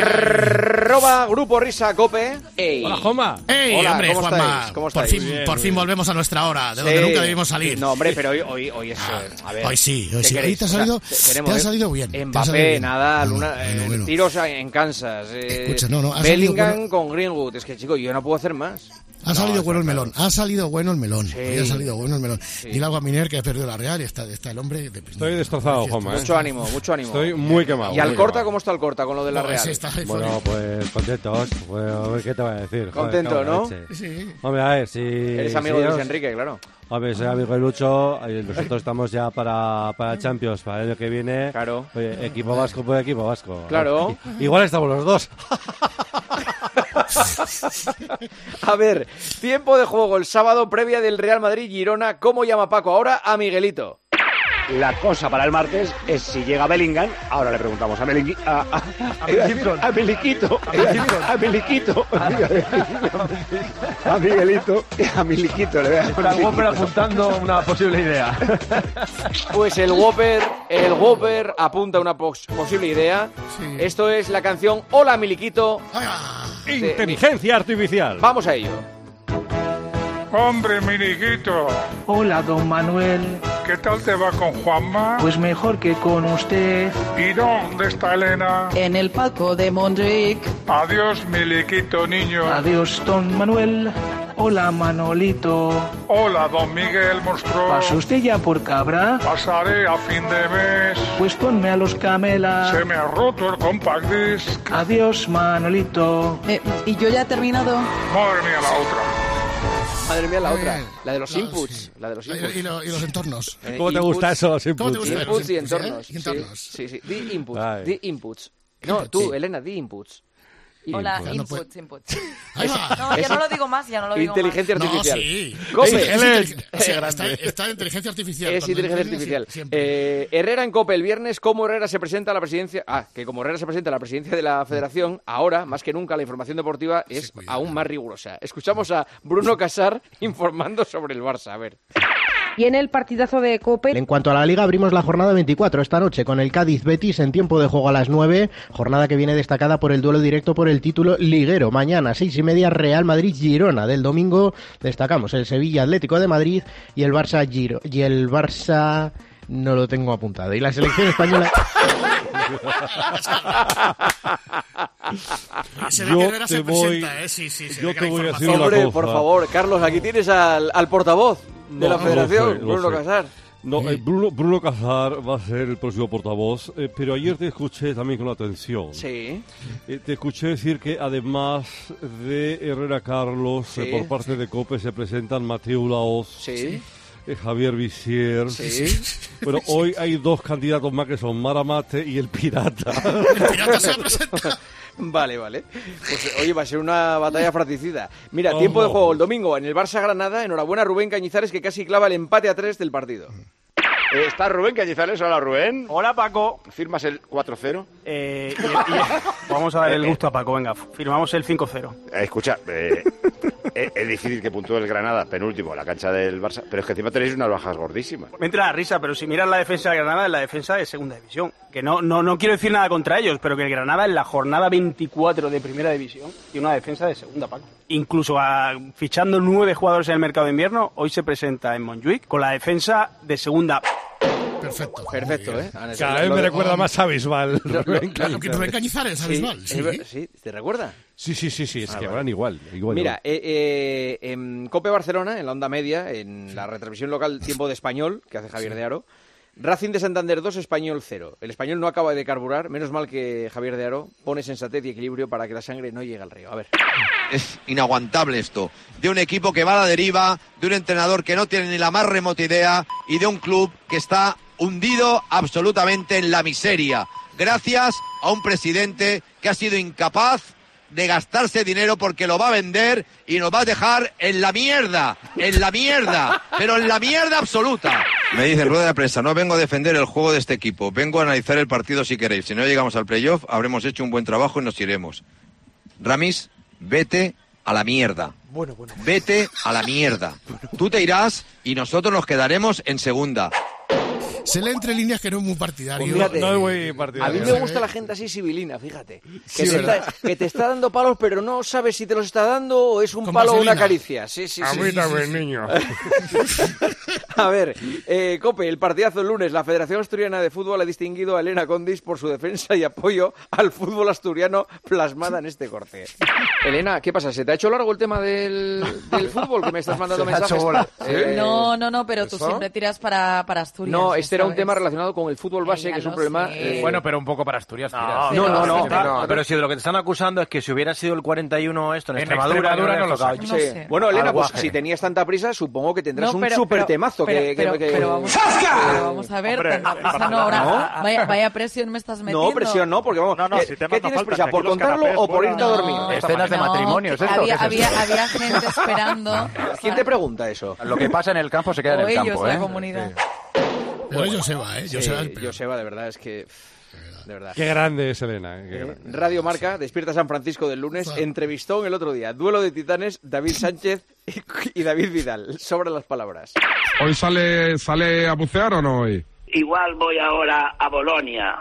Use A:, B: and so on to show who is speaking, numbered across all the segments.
A: Arroba Grupo Risa Cope.
B: Hola, Joma.
C: ¡Ey,
A: Hola,
C: hombre,
A: ¿cómo
C: Juanma!
A: estáis? ¿Cómo
C: por
A: estáis?
C: fin,
A: Bien,
C: por fin volvemos a nuestra hora, de donde
A: Sí.
C: nunca debimos salir.
A: eh,
C: Ah,
A: No, hombre, pero hoy, hoy, hoy es. eh, A ver,
C: Hoy sí, hoy
A: ¿qué
C: sí. Hoy
A: queréis?
C: te ha
A: O sea,
C: salido-
A: te- queremos
C: te ha
A: ver
C: salido bien, te ha
A: Mbappé,
C: salido bien.
A: nada,
C: Bueno,
A: Luna,
C: bueno,
A: eh,
C: bueno.
A: tiros en Kansas. eh,
C: Escucha, no, no, ha salido
A: Bellingham
C: bueno.
A: con Greenwood. Es que, chico, yo no puedo hacer más.
C: Ha salido bueno el melón, ha salido bueno el melón. Hoy Ha salido bueno el melón.
A: Sí.
C: Dile algo a Miner que ha perdido la Real y está, está el hombre... De...
D: Estoy destrozado, Joma.
C: Ah,
D: ¿eh?
A: Mucho ánimo, mucho ánimo.
D: Estoy muy quemado.
A: ¿Y al
D: muy
A: corta
D: quemado.
A: cómo está el corta con lo de la
C: No,
A: Real?
C: ese está ahí
D: Bueno,
C: fuera.
D: pues contentos. Bueno, a ver qué te voy a decir. Joder,
A: Contento,
D: cago en la
A: ¿no?
D: leche.
C: Sí.
D: Hombre, a ver, si. Eres
A: Eres amigo de Luis Enrique, claro.
D: Hombre, soy amigo de Lucho. eh, Nosotros estamos ya para, para Champions, para el año que viene.
A: Claro.
D: Oye, equipo vasco por equipo vasco.
A: Claro.
D: Igual estamos los dos.
A: A ver, tiempo de juego el sábado previa del Real Madrid-Girona. ¿Cómo llama Paco ahora a Miguelito?
E: La cosa para el martes es si llega Bellingham. Ahora le preguntamos a Meliquito. A, a, a, a Meliquito. A Meliquito. A Miguelito. A Meliquito. Le voy a poner Meliquito.
F: apuntando una posible idea.
A: Pues el Whopper, el Whopper apunta una pos- posible idea.
C: Sí.
A: Esto es la canción Hola Miliquito.
C: Ah,
A: de-
D: Inteligencia artificial.
A: Vamos a ello.
G: Hombre, miriquito,
F: Hola, don Manuel.
G: ¿qué tal te va con Juanma?
F: Pues mejor que con usted.
G: ¿Y dónde está Elena?
H: En el palco de Mondrick.
G: Adiós, miliquito niño.
F: Adiós, don Manuel. Hola, Manolito.
G: Hola, don Miguel monstruo.
F: ¿Pasó usted ya por cabra?
G: Pasaré a fin de mes.
F: Pues ponme a los
G: Se
F: camelas.
G: me ha roto el compact disc.
F: Adiós, Manolito.
H: Eh, y yo ya he terminado.
G: Madre mía, la otra.
A: Madre mía, la
C: muy
A: otra.
C: bien.
A: La de los
C: Eh, No,
A: inputs.
C: sí.
A: La de los
C: Y-
A: inputs.
C: Y, lo- y los entornos.
A: Eh,
D: ¿Cómo te
A: inputs,
D: gusta eso?
C: ¿Cómo
D: los
C: te
D: inputs?
C: gusta?
A: Inputs y
C: Los inputs,
A: entornos.
C: ¿eh? Y entornos.
A: Sí, sí, sí. Di inputs.
D: Ay.
A: Di inputs. No,
C: Inputs,
A: tú,
C: sí.
A: Elena, di inputs.
H: Hola,
C: no
H: inputs,
C: puede-
H: inputs.
C: pues, Ahí va.
H: No, ya no lo digo más, ya no lo digo
A: Inteligencia
C: No,
A: artificial.
C: sí.
A: Cope.
C: Sí, es
D: Helen.
C: inteligen- sí, está, está en inteligencia artificial.
A: Es
C: Cuando
A: inteligencia
C: entrenas, sí,
A: artificial.
C: siempre.
A: Eh, Herrera en COPE el viernes, cómo Herrera se presenta a la presidencia. Ah, que como Herrera se presenta a la presidencia de la federación, ahora, más que nunca, la información deportiva es
C: cuida,
A: aún más rigurosa. Escuchamos a Bruno Casar informando sobre el Barça. A ver.
I: Viene el partidazo de Cope.
J: En cuanto a la liga, abrimos la jornada 24 esta noche con el Cádiz Betis en tiempo de juego a las 9, jornada que viene destacada por el duelo directo por el título liguero. Mañana, 6 y media, Real Madrid Girona. Del domingo destacamos el Sevilla Atlético de Madrid y el Barça Giro. Y el Barça no lo tengo apuntado. Y la selección española.
C: Se ve
D: Yo
C: que Herrera se
D: te voy-
C: presenta, ¿eh? Sí, sí, se
D: yo
C: ve que
D: te
C: la
D: voy a
C: información-
D: decir una
A: Hombre,
D: cosa.
A: por favor, Carlos, aquí tienes al, al portavoz de
D: No,
A: la
D: no
A: federación,
D: sé, no
A: Bruno
D: sé.
A: Casar.
D: No, eh, Bruno, Bruno Cazar va a ser el próximo portavoz, eh, pero ayer te escuché también con atención.
A: Sí.
D: Eh, te escuché decir que además de Herrera Carlos,
A: Sí.
D: eh, por parte de COPE se presentan Mateo Laoz,
A: Sí,
D: eh, Javier Visier.
A: sí.
D: Bueno, hoy hay dos candidatos más que son Mara Mate y el Pirata.
C: El pirata se presenta.
A: Vale, vale. Pues oye, va a ser una batalla fratricida. Mira,
D: Ojo.
A: tiempo de juego el domingo en el Barça Granada. Enhorabuena a Rubén Cañizares que casi clava el empate a tres del partido.
E: Está Rubén Cañizares. Hola, Rubén.
F: Hola, Paco.
E: ¿Firmas el 4-0?
F: Eh, vamos a dar el gusto a Paco, venga. Firmamos el 5-0.
E: Eh, escucha, eh, es, es difícil que puntúe el Granada, penúltimo, la cancha del Barça. Pero es que encima tenéis unas bajas gordísimas.
F: Me entra la risa, pero si miras la defensa de Granada, es la defensa de segunda división. Que no, no, no quiero decir nada contra ellos, pero que el Granada en la jornada 24 de primera división tiene una defensa de segunda, Paco. Incluso a- fichando nueve jugadores en el mercado de invierno, hoy se presenta en Montjuic con la defensa de segunda.
C: Perfecto.
A: Perfecto,
C: Muy
A: ¿eh?
C: bien.
A: Ana,
D: Cada
A: lo-
D: vez
A: lo-
D: me recuerda más a Bisbal. Rubén
C: Claro, que Rubén Cañizares,
D: Cañizares.
C: ¿sabes,
A: Sí,
C: Val?
A: es
C: Sí.
A: ver- sí, ¿te recuerda?
D: Sí, sí, sí, sí, es
A: Ah,
D: que
A: vale.
D: hablan igual. igual
A: Mira, eh, eh, en Cope Barcelona, en la onda media, en la retransmisión local Tiempo de Español, que hace Javier de Aro, Racing de Santander 2, Español 0. El español no acaba de carburar, menos mal que Javier de Aro pone sensatez y equilibrio para que la sangre no llegue al río. A ver.
K: Es inaguantable esto. De un equipo que va a la deriva, de un entrenador que no tiene ni la más remota idea y de un club que está hundido absolutamente en la miseria. Gracias a un presidente que ha sido incapaz de gastarse dinero porque lo va a vender y nos va a dejar en la mierda, en la mierda, pero en la mierda absoluta. Me dice en rueda de prensa, no vengo a defender el juego de este equipo, vengo a analizar el partido si queréis. Si no llegamos al playoff, habremos hecho un buen trabajo y nos iremos. Ramis, vete a la mierda.
F: Bueno, bueno.
K: Vete a la mierda. Tú te irás y nosotros nos quedaremos en segunda.
C: Se le entre líneas que no es muy partidario.
B: Pues fíjate,
C: eh,
B: a mí me gusta la gente así civilina, fíjate. Que, te está, que te está dando palos, pero no sabes si te los está dando o es un
A: Con
B: palo o una
A: vaselina.
B: caricia. Sí, sí,
K: Ah,
A: A
B: sí,
A: mí
B: sí, sí,
A: también,
B: sí.
A: niño. A ver, eh, Cope, el partidazo el lunes. La Federación Asturiana de Fútbol ha distinguido a Elena Condis por su defensa y apoyo al fútbol asturiano plasmada en este corte. Elena, ¿qué pasa? ¿Se te ha hecho largo el tema del, del fútbol que me estás mandando
B: Se te ha hecho
A: mensajes?
B: bola.
A: Eh,
H: No, no, no, pero tú
A: ¿eso?
H: siempre tiras para, para Asturias.
A: No, este era un
H: ¿sabes?
A: tema relacionado con el fútbol base,
H: Ya
A: que es un
H: lo
A: problema...
H: sé.
A: eh,
L: Bueno, pero un poco para Asturias.
A: No, no, no, no, no.
L: Pero si de lo que te están acusando es que si hubiera sido el 41 esto en, Extremadura,
A: no lo
L: sabes.
A: Sí. Bueno, Elena, pues si tenías tanta prisa, supongo que tendrás
H: No,
A: un
H: pero-
A: súper
H: pero-
A: temazo
H: pero-
A: que, que-
H: pero-
A: que-
H: pero vamos a- pero vamos a ver,
A: Hombre,
H: tanta
A: eh,
H: prisa no
A: ¿no?
H: habrá. Vaya, vaya presión me estás metiendo.
A: No, presión no, porque vamos.
L: no,
A: ¿Qué,
L: si temas
A: qué
L: no
A: tienes
L: faltan,
A: prisa?
L: aquí
A: ¿Por
L: los
A: contarlo
L: canapés
A: o por
L: vuelan.
A: irte a dormir?
L: No, Escenas de no, matrimonios, ¿esto?
H: Había,
L: ¿Qué es
H: había,
L: esto?
H: había gente esperando.
A: ¿Quién te pregunta eso?
L: Lo que pasa en el campo se queda
H: O
L: en el
H: ellos,
L: campo,
H: la
L: ¿eh?
H: comunidad.
C: Pero Joseba, ¿eh? Joseba el peor.
A: Joseba, de verdad, es que. De verdad.
D: Qué grande es Elena. eh, qué grande.
A: Radio Marca, Despierta San Francisco del lunes, entrevistó en el otro día, duelo de titanes, David Sánchez y, y David Vidal, sobre las palabras.
M: ¿Hoy sale, sale a bucear o no hoy?
N: Igual voy ahora a Bolonia.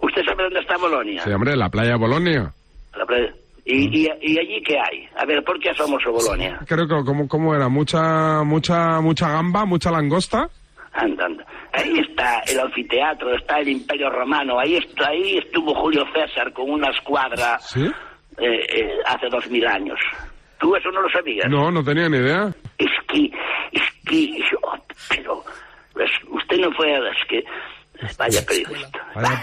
N: ¿Usted sabe dónde está Bolonia?
M: Sí, hombre, la playa de Bolonia.
N: La pre- y, y, y allí qué hay? A ver, ¿por qué asomos a Bolonia?
M: Creo que como, como era, mucha, mucha, mucha gamba, mucha langosta.
N: Anda, anda. Ahí está el anfiteatro, está el Imperio Romano, ahí está, ahí estuvo Julio César con una escuadra
M: ¿Sí?
N: eh, eh, hace dos mil años. ¿Tú eso no lo sabías?
M: No, no tenía ni idea.
N: Es que, es que yo, pero pues, usted no fue a es que vaya periodista.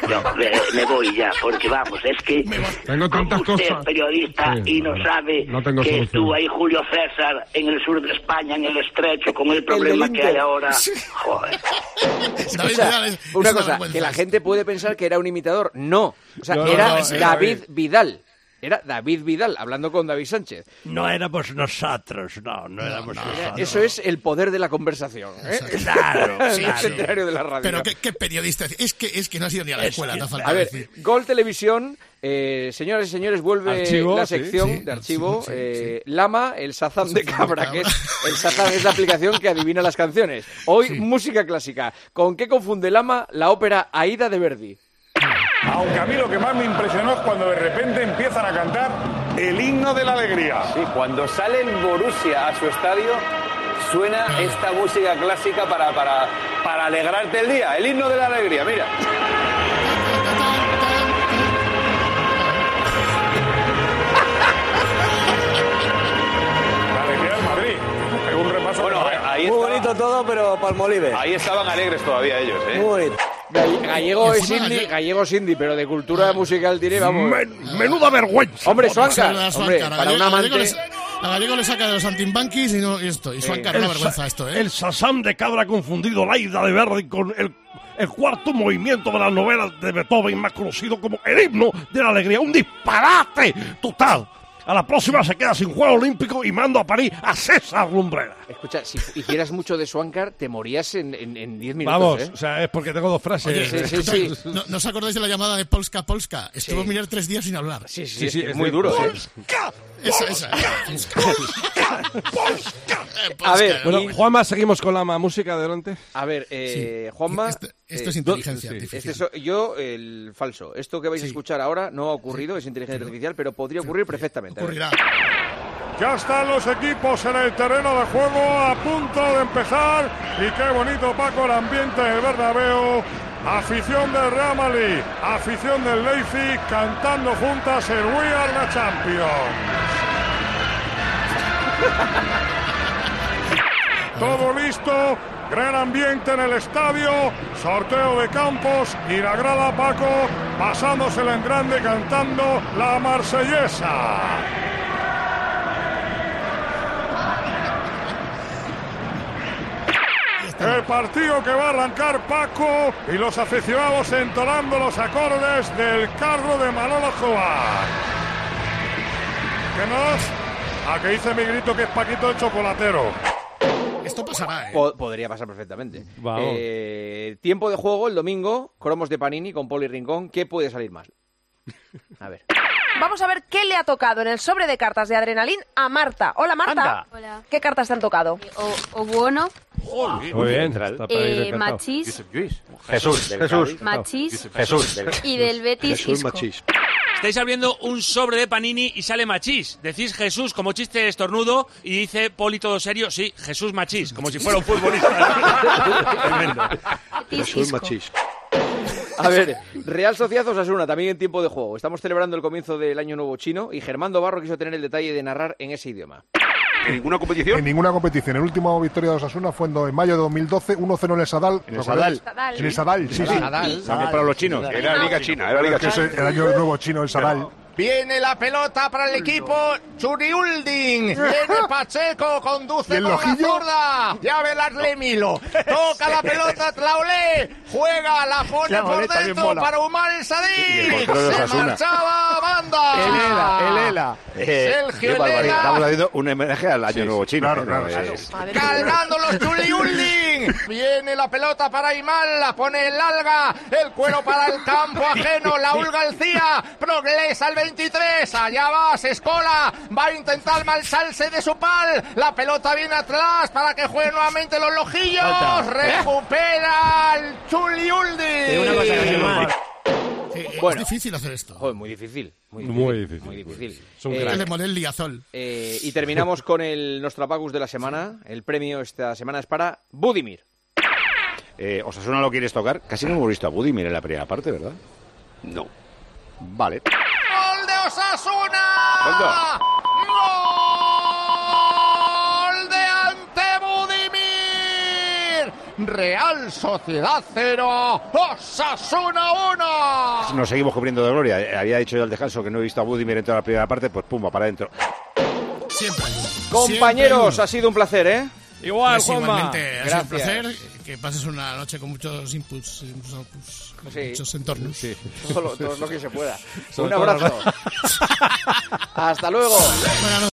N: Yo me, me voy ya, porque vamos, es que
M: Tengo tantas
N: usted es
M: cosas.
N: periodista
M: Sí,
N: y no
M: no,
N: sabe
M: no tengo
N: que
M: solución.
N: estuvo ahí Julio César en el sur de España, en el estrecho, con el problema que hay ahora. Joder.
A: O sea, una cosa, que la gente puede pensar que era un imitador. No. O sea,
O: No, no,
A: era
O: no, es
A: David
O: David.
A: Vidal. Era David Vidal hablando con David Sánchez.
O: No éramos nosotros, no, no éramos nosotros.
A: Eso es el poder de la conversación. ¿eh?
O: Claro,
A: El
O: claro.
A: centenario de la radio.
C: Pero qué, qué periodista. Es que, es que no ha sido ni a la escuela, te ha faltado
A: A ver,
C: decir.
A: Gol Televisión, eh, señoras y señores, vuelve
C: Archivo,
A: la
C: sí,
A: sección
C: sí,
A: de archivo. eh, Lama, el Sazam de Cabra, que es, el Sazam es la aplicación que adivina las canciones. Hoy, música clásica. ¿Con qué confunde Lama la ópera Aida de Verdi?
P: Aunque a mí lo que más me impresionó es cuando de repente empiezan a cantar el himno de la alegría.
Q: Sí, cuando sale el Borussia a su estadio, suena esta música clásica para, para, para alegrarte el día, el himno de la alegría, mira.
P: La alegría del Madrid. Hay un repaso.
Q: Bueno, ahí Muy bonito todo, pero Palmolive. Ahí estaban alegres todavía ellos, ¿eh?
A: Gall- Gallego es indie, gallego es indie, pero de cultura musical tiene, vamos.
M: menuda vergüenza.
A: Hombre,
C: Suancar,
A: Suanca, hombre,
C: a
A: para un
C: Gallego- a Gallego
A: amante...
C: le sa- A Gallego le saca de los antimbanquis y, no, y esto. Y Suancar, una
O: El
C: vergüenza
O: sa-
C: esto, ¿eh?
O: El sasam de cabra ha confundido la ida de Verdi con el, el cuarto movimiento de las novelas de Beethoven, más conocido como el himno de la alegría. ¡Un disparate total! A la próxima se queda sin Juego Olímpico y mando a París a César Lumbrera.
A: Escucha, si hicieras mucho de Suancar, te morías en 10 minutos,
D: Vamos,
A: ¿eh?
D: o sea, es porque tengo dos frases.
A: Oye, sí, sí, sí.
C: ¿No, no os acordáis de la llamada de Polska Polska? Estuvo
A: Sí.
C: Miller tres días sin hablar. Sí,
A: sí, es que es muy duro, ¿eh?
C: Esa, esa. Eh,
A: A ver,
D: bueno,
A: y-
D: Juanma, seguimos con la ma- música adelante.
A: A ver, eh, Juanma.
D: esto
A: eh,
D: es inteligencia
A: do- este
D: artificial.
A: so- yo, el falso. Esto que vais a escuchar ahora no ha ocurrido, es inteligencia artificial, pero podría ocurrir perfectamente. A ver.
P: Ya están los equipos en el terreno de juego a punto de empezar. Y qué bonito, Paco, el ambiente del Bernabéu. Afición del Real Madrid, afición del Leipzig, cantando juntas el We Are the Champions. Todo listo, gran ambiente en el estadio, sorteo de campos y la grada Paco pasándosela en grande cantando la marsellesa. El partido que va a arrancar Paco y los aficionados entonando los acordes del carro de Manolo Joa. ¿Qué nos? A que dice mi grito que es Paquito el chocolatero.
C: Esto pasará, ¿eh?
A: Po- Eh, podría pasar perfectamente.
P: Vamos.
A: Eh, tiempo de juego el domingo, cromos de Panini con Poli Rincón. ¿Qué puede salir mal? A ver.
R: Vamos a ver qué le ha tocado en el sobre de cartas de adrenalín a Marta. Hola, Marta.
S: Anda. Hola.
R: ¿Qué cartas te han tocado?
S: O, o bueno,
D: Muy bien. está para ir
S: eh,
D: encantado.
S: Machís
L: Jesús,
D: Del
L: Jesús.
D: Cádiz.
S: Machís
L: Jesús.
S: y del Betis Isco.
T: Estáis abriendo un sobre de Panini y sale Machís. Decís Jesús como chiste estornudo y dice Poli todo serio, sí, Jesús Machís, como si fuera un futbolista. Tremendo.
A: A ver, Real Sociedad Osasuna, también en tiempo de juego. Estamos celebrando el comienzo del Año Nuevo Chino y Germán Barro quiso tener el detalle de narrar en ese idioma.
U: ¿En ninguna competición? En ninguna competición. El último victoria de Osasuna fue en, do- en mayo de 2012, 1-0 en el Sadal.
A: En el
U: ¿Os acordáis?
A: Sadal.
U: En el Sadal, sí, sí.
V: Sadal. También para los chinos. Era Liga China, era Liga
U: Que es
V: China.
U: el año nuevo chino, el Sadal.
V: Viene la pelota para el equipo Churiuldin. Viene Pacheco,
U: ¿Y
V: conduce
U: el
V: con la
U: ojillo?
V: zurda. Ya velas Lemilo. Toca la pelota Traolé. Juega, la pone
W: Traoré
V: por
W: también
V: dentro
W: mola.
V: para Umar el
W: Y el
V: Sadik.
W: portero de
V: Se
W: Osasuna.
V: marchaba a banda.
W: El ELA, el ELA.
V: Sergio
W: qué barbaridad.
V: Elena.
W: Estamos haciendo un homenaje al año nuevo chino.
U: claro,
W: ¿no?
U: claro,
W: Eh,
U: claro.
W: es-
V: Cargando los Chuliuldin. Viene la pelota para Imal, la pone el alga, el cuero para el campo ajeno, Laúl García, progresa al 23, allá va, se escola, va a intentar malsalse de su pal, la pelota viene atrás para que juegue nuevamente los lojillos,
A: Falta. ¿Eh?
V: recupera el Chuliuldin.
A: Bueno.
C: Es difícil hacer esto.
A: Joder, muy difícil. Muy difícil.
D: Muy difícil.
A: Muy difícil.
D: Son
A: Eh,
C: El de Morel Liazol.
A: eh, y terminamos con el Nostrapagus de la semana. El premio esta semana es para Budimir.
W: Eh, Osasuna lo quieres tocar. Casi no hemos visto a Budimir en la primera parte, ¿verdad? No. Vale.
V: ¡Gol de
W: Anda.
V: Osasuna! ¡Gol de ante Budimir! Real Sociedad 0, Osasuna 1.
W: Nos seguimos cubriendo de gloria. Eh, Había dicho yo al descanso que no he visto a Budimir en toda la primera parte, pues pumba, para adentro.
A: Compañeros, ha sido un placer, ¿eh?
T: Igual,
C: Pues igualmente, ha sido un
A: Gracias.
C: placer. Que pases una noche con muchos inputs, muchos outputs, con
A: Sí.
C: muchos entornos.
A: Todo lo, todo lo que se pueda.
C: Sobre
A: Un
C: todo
A: abrazo.
C: la-
A: Hasta luego.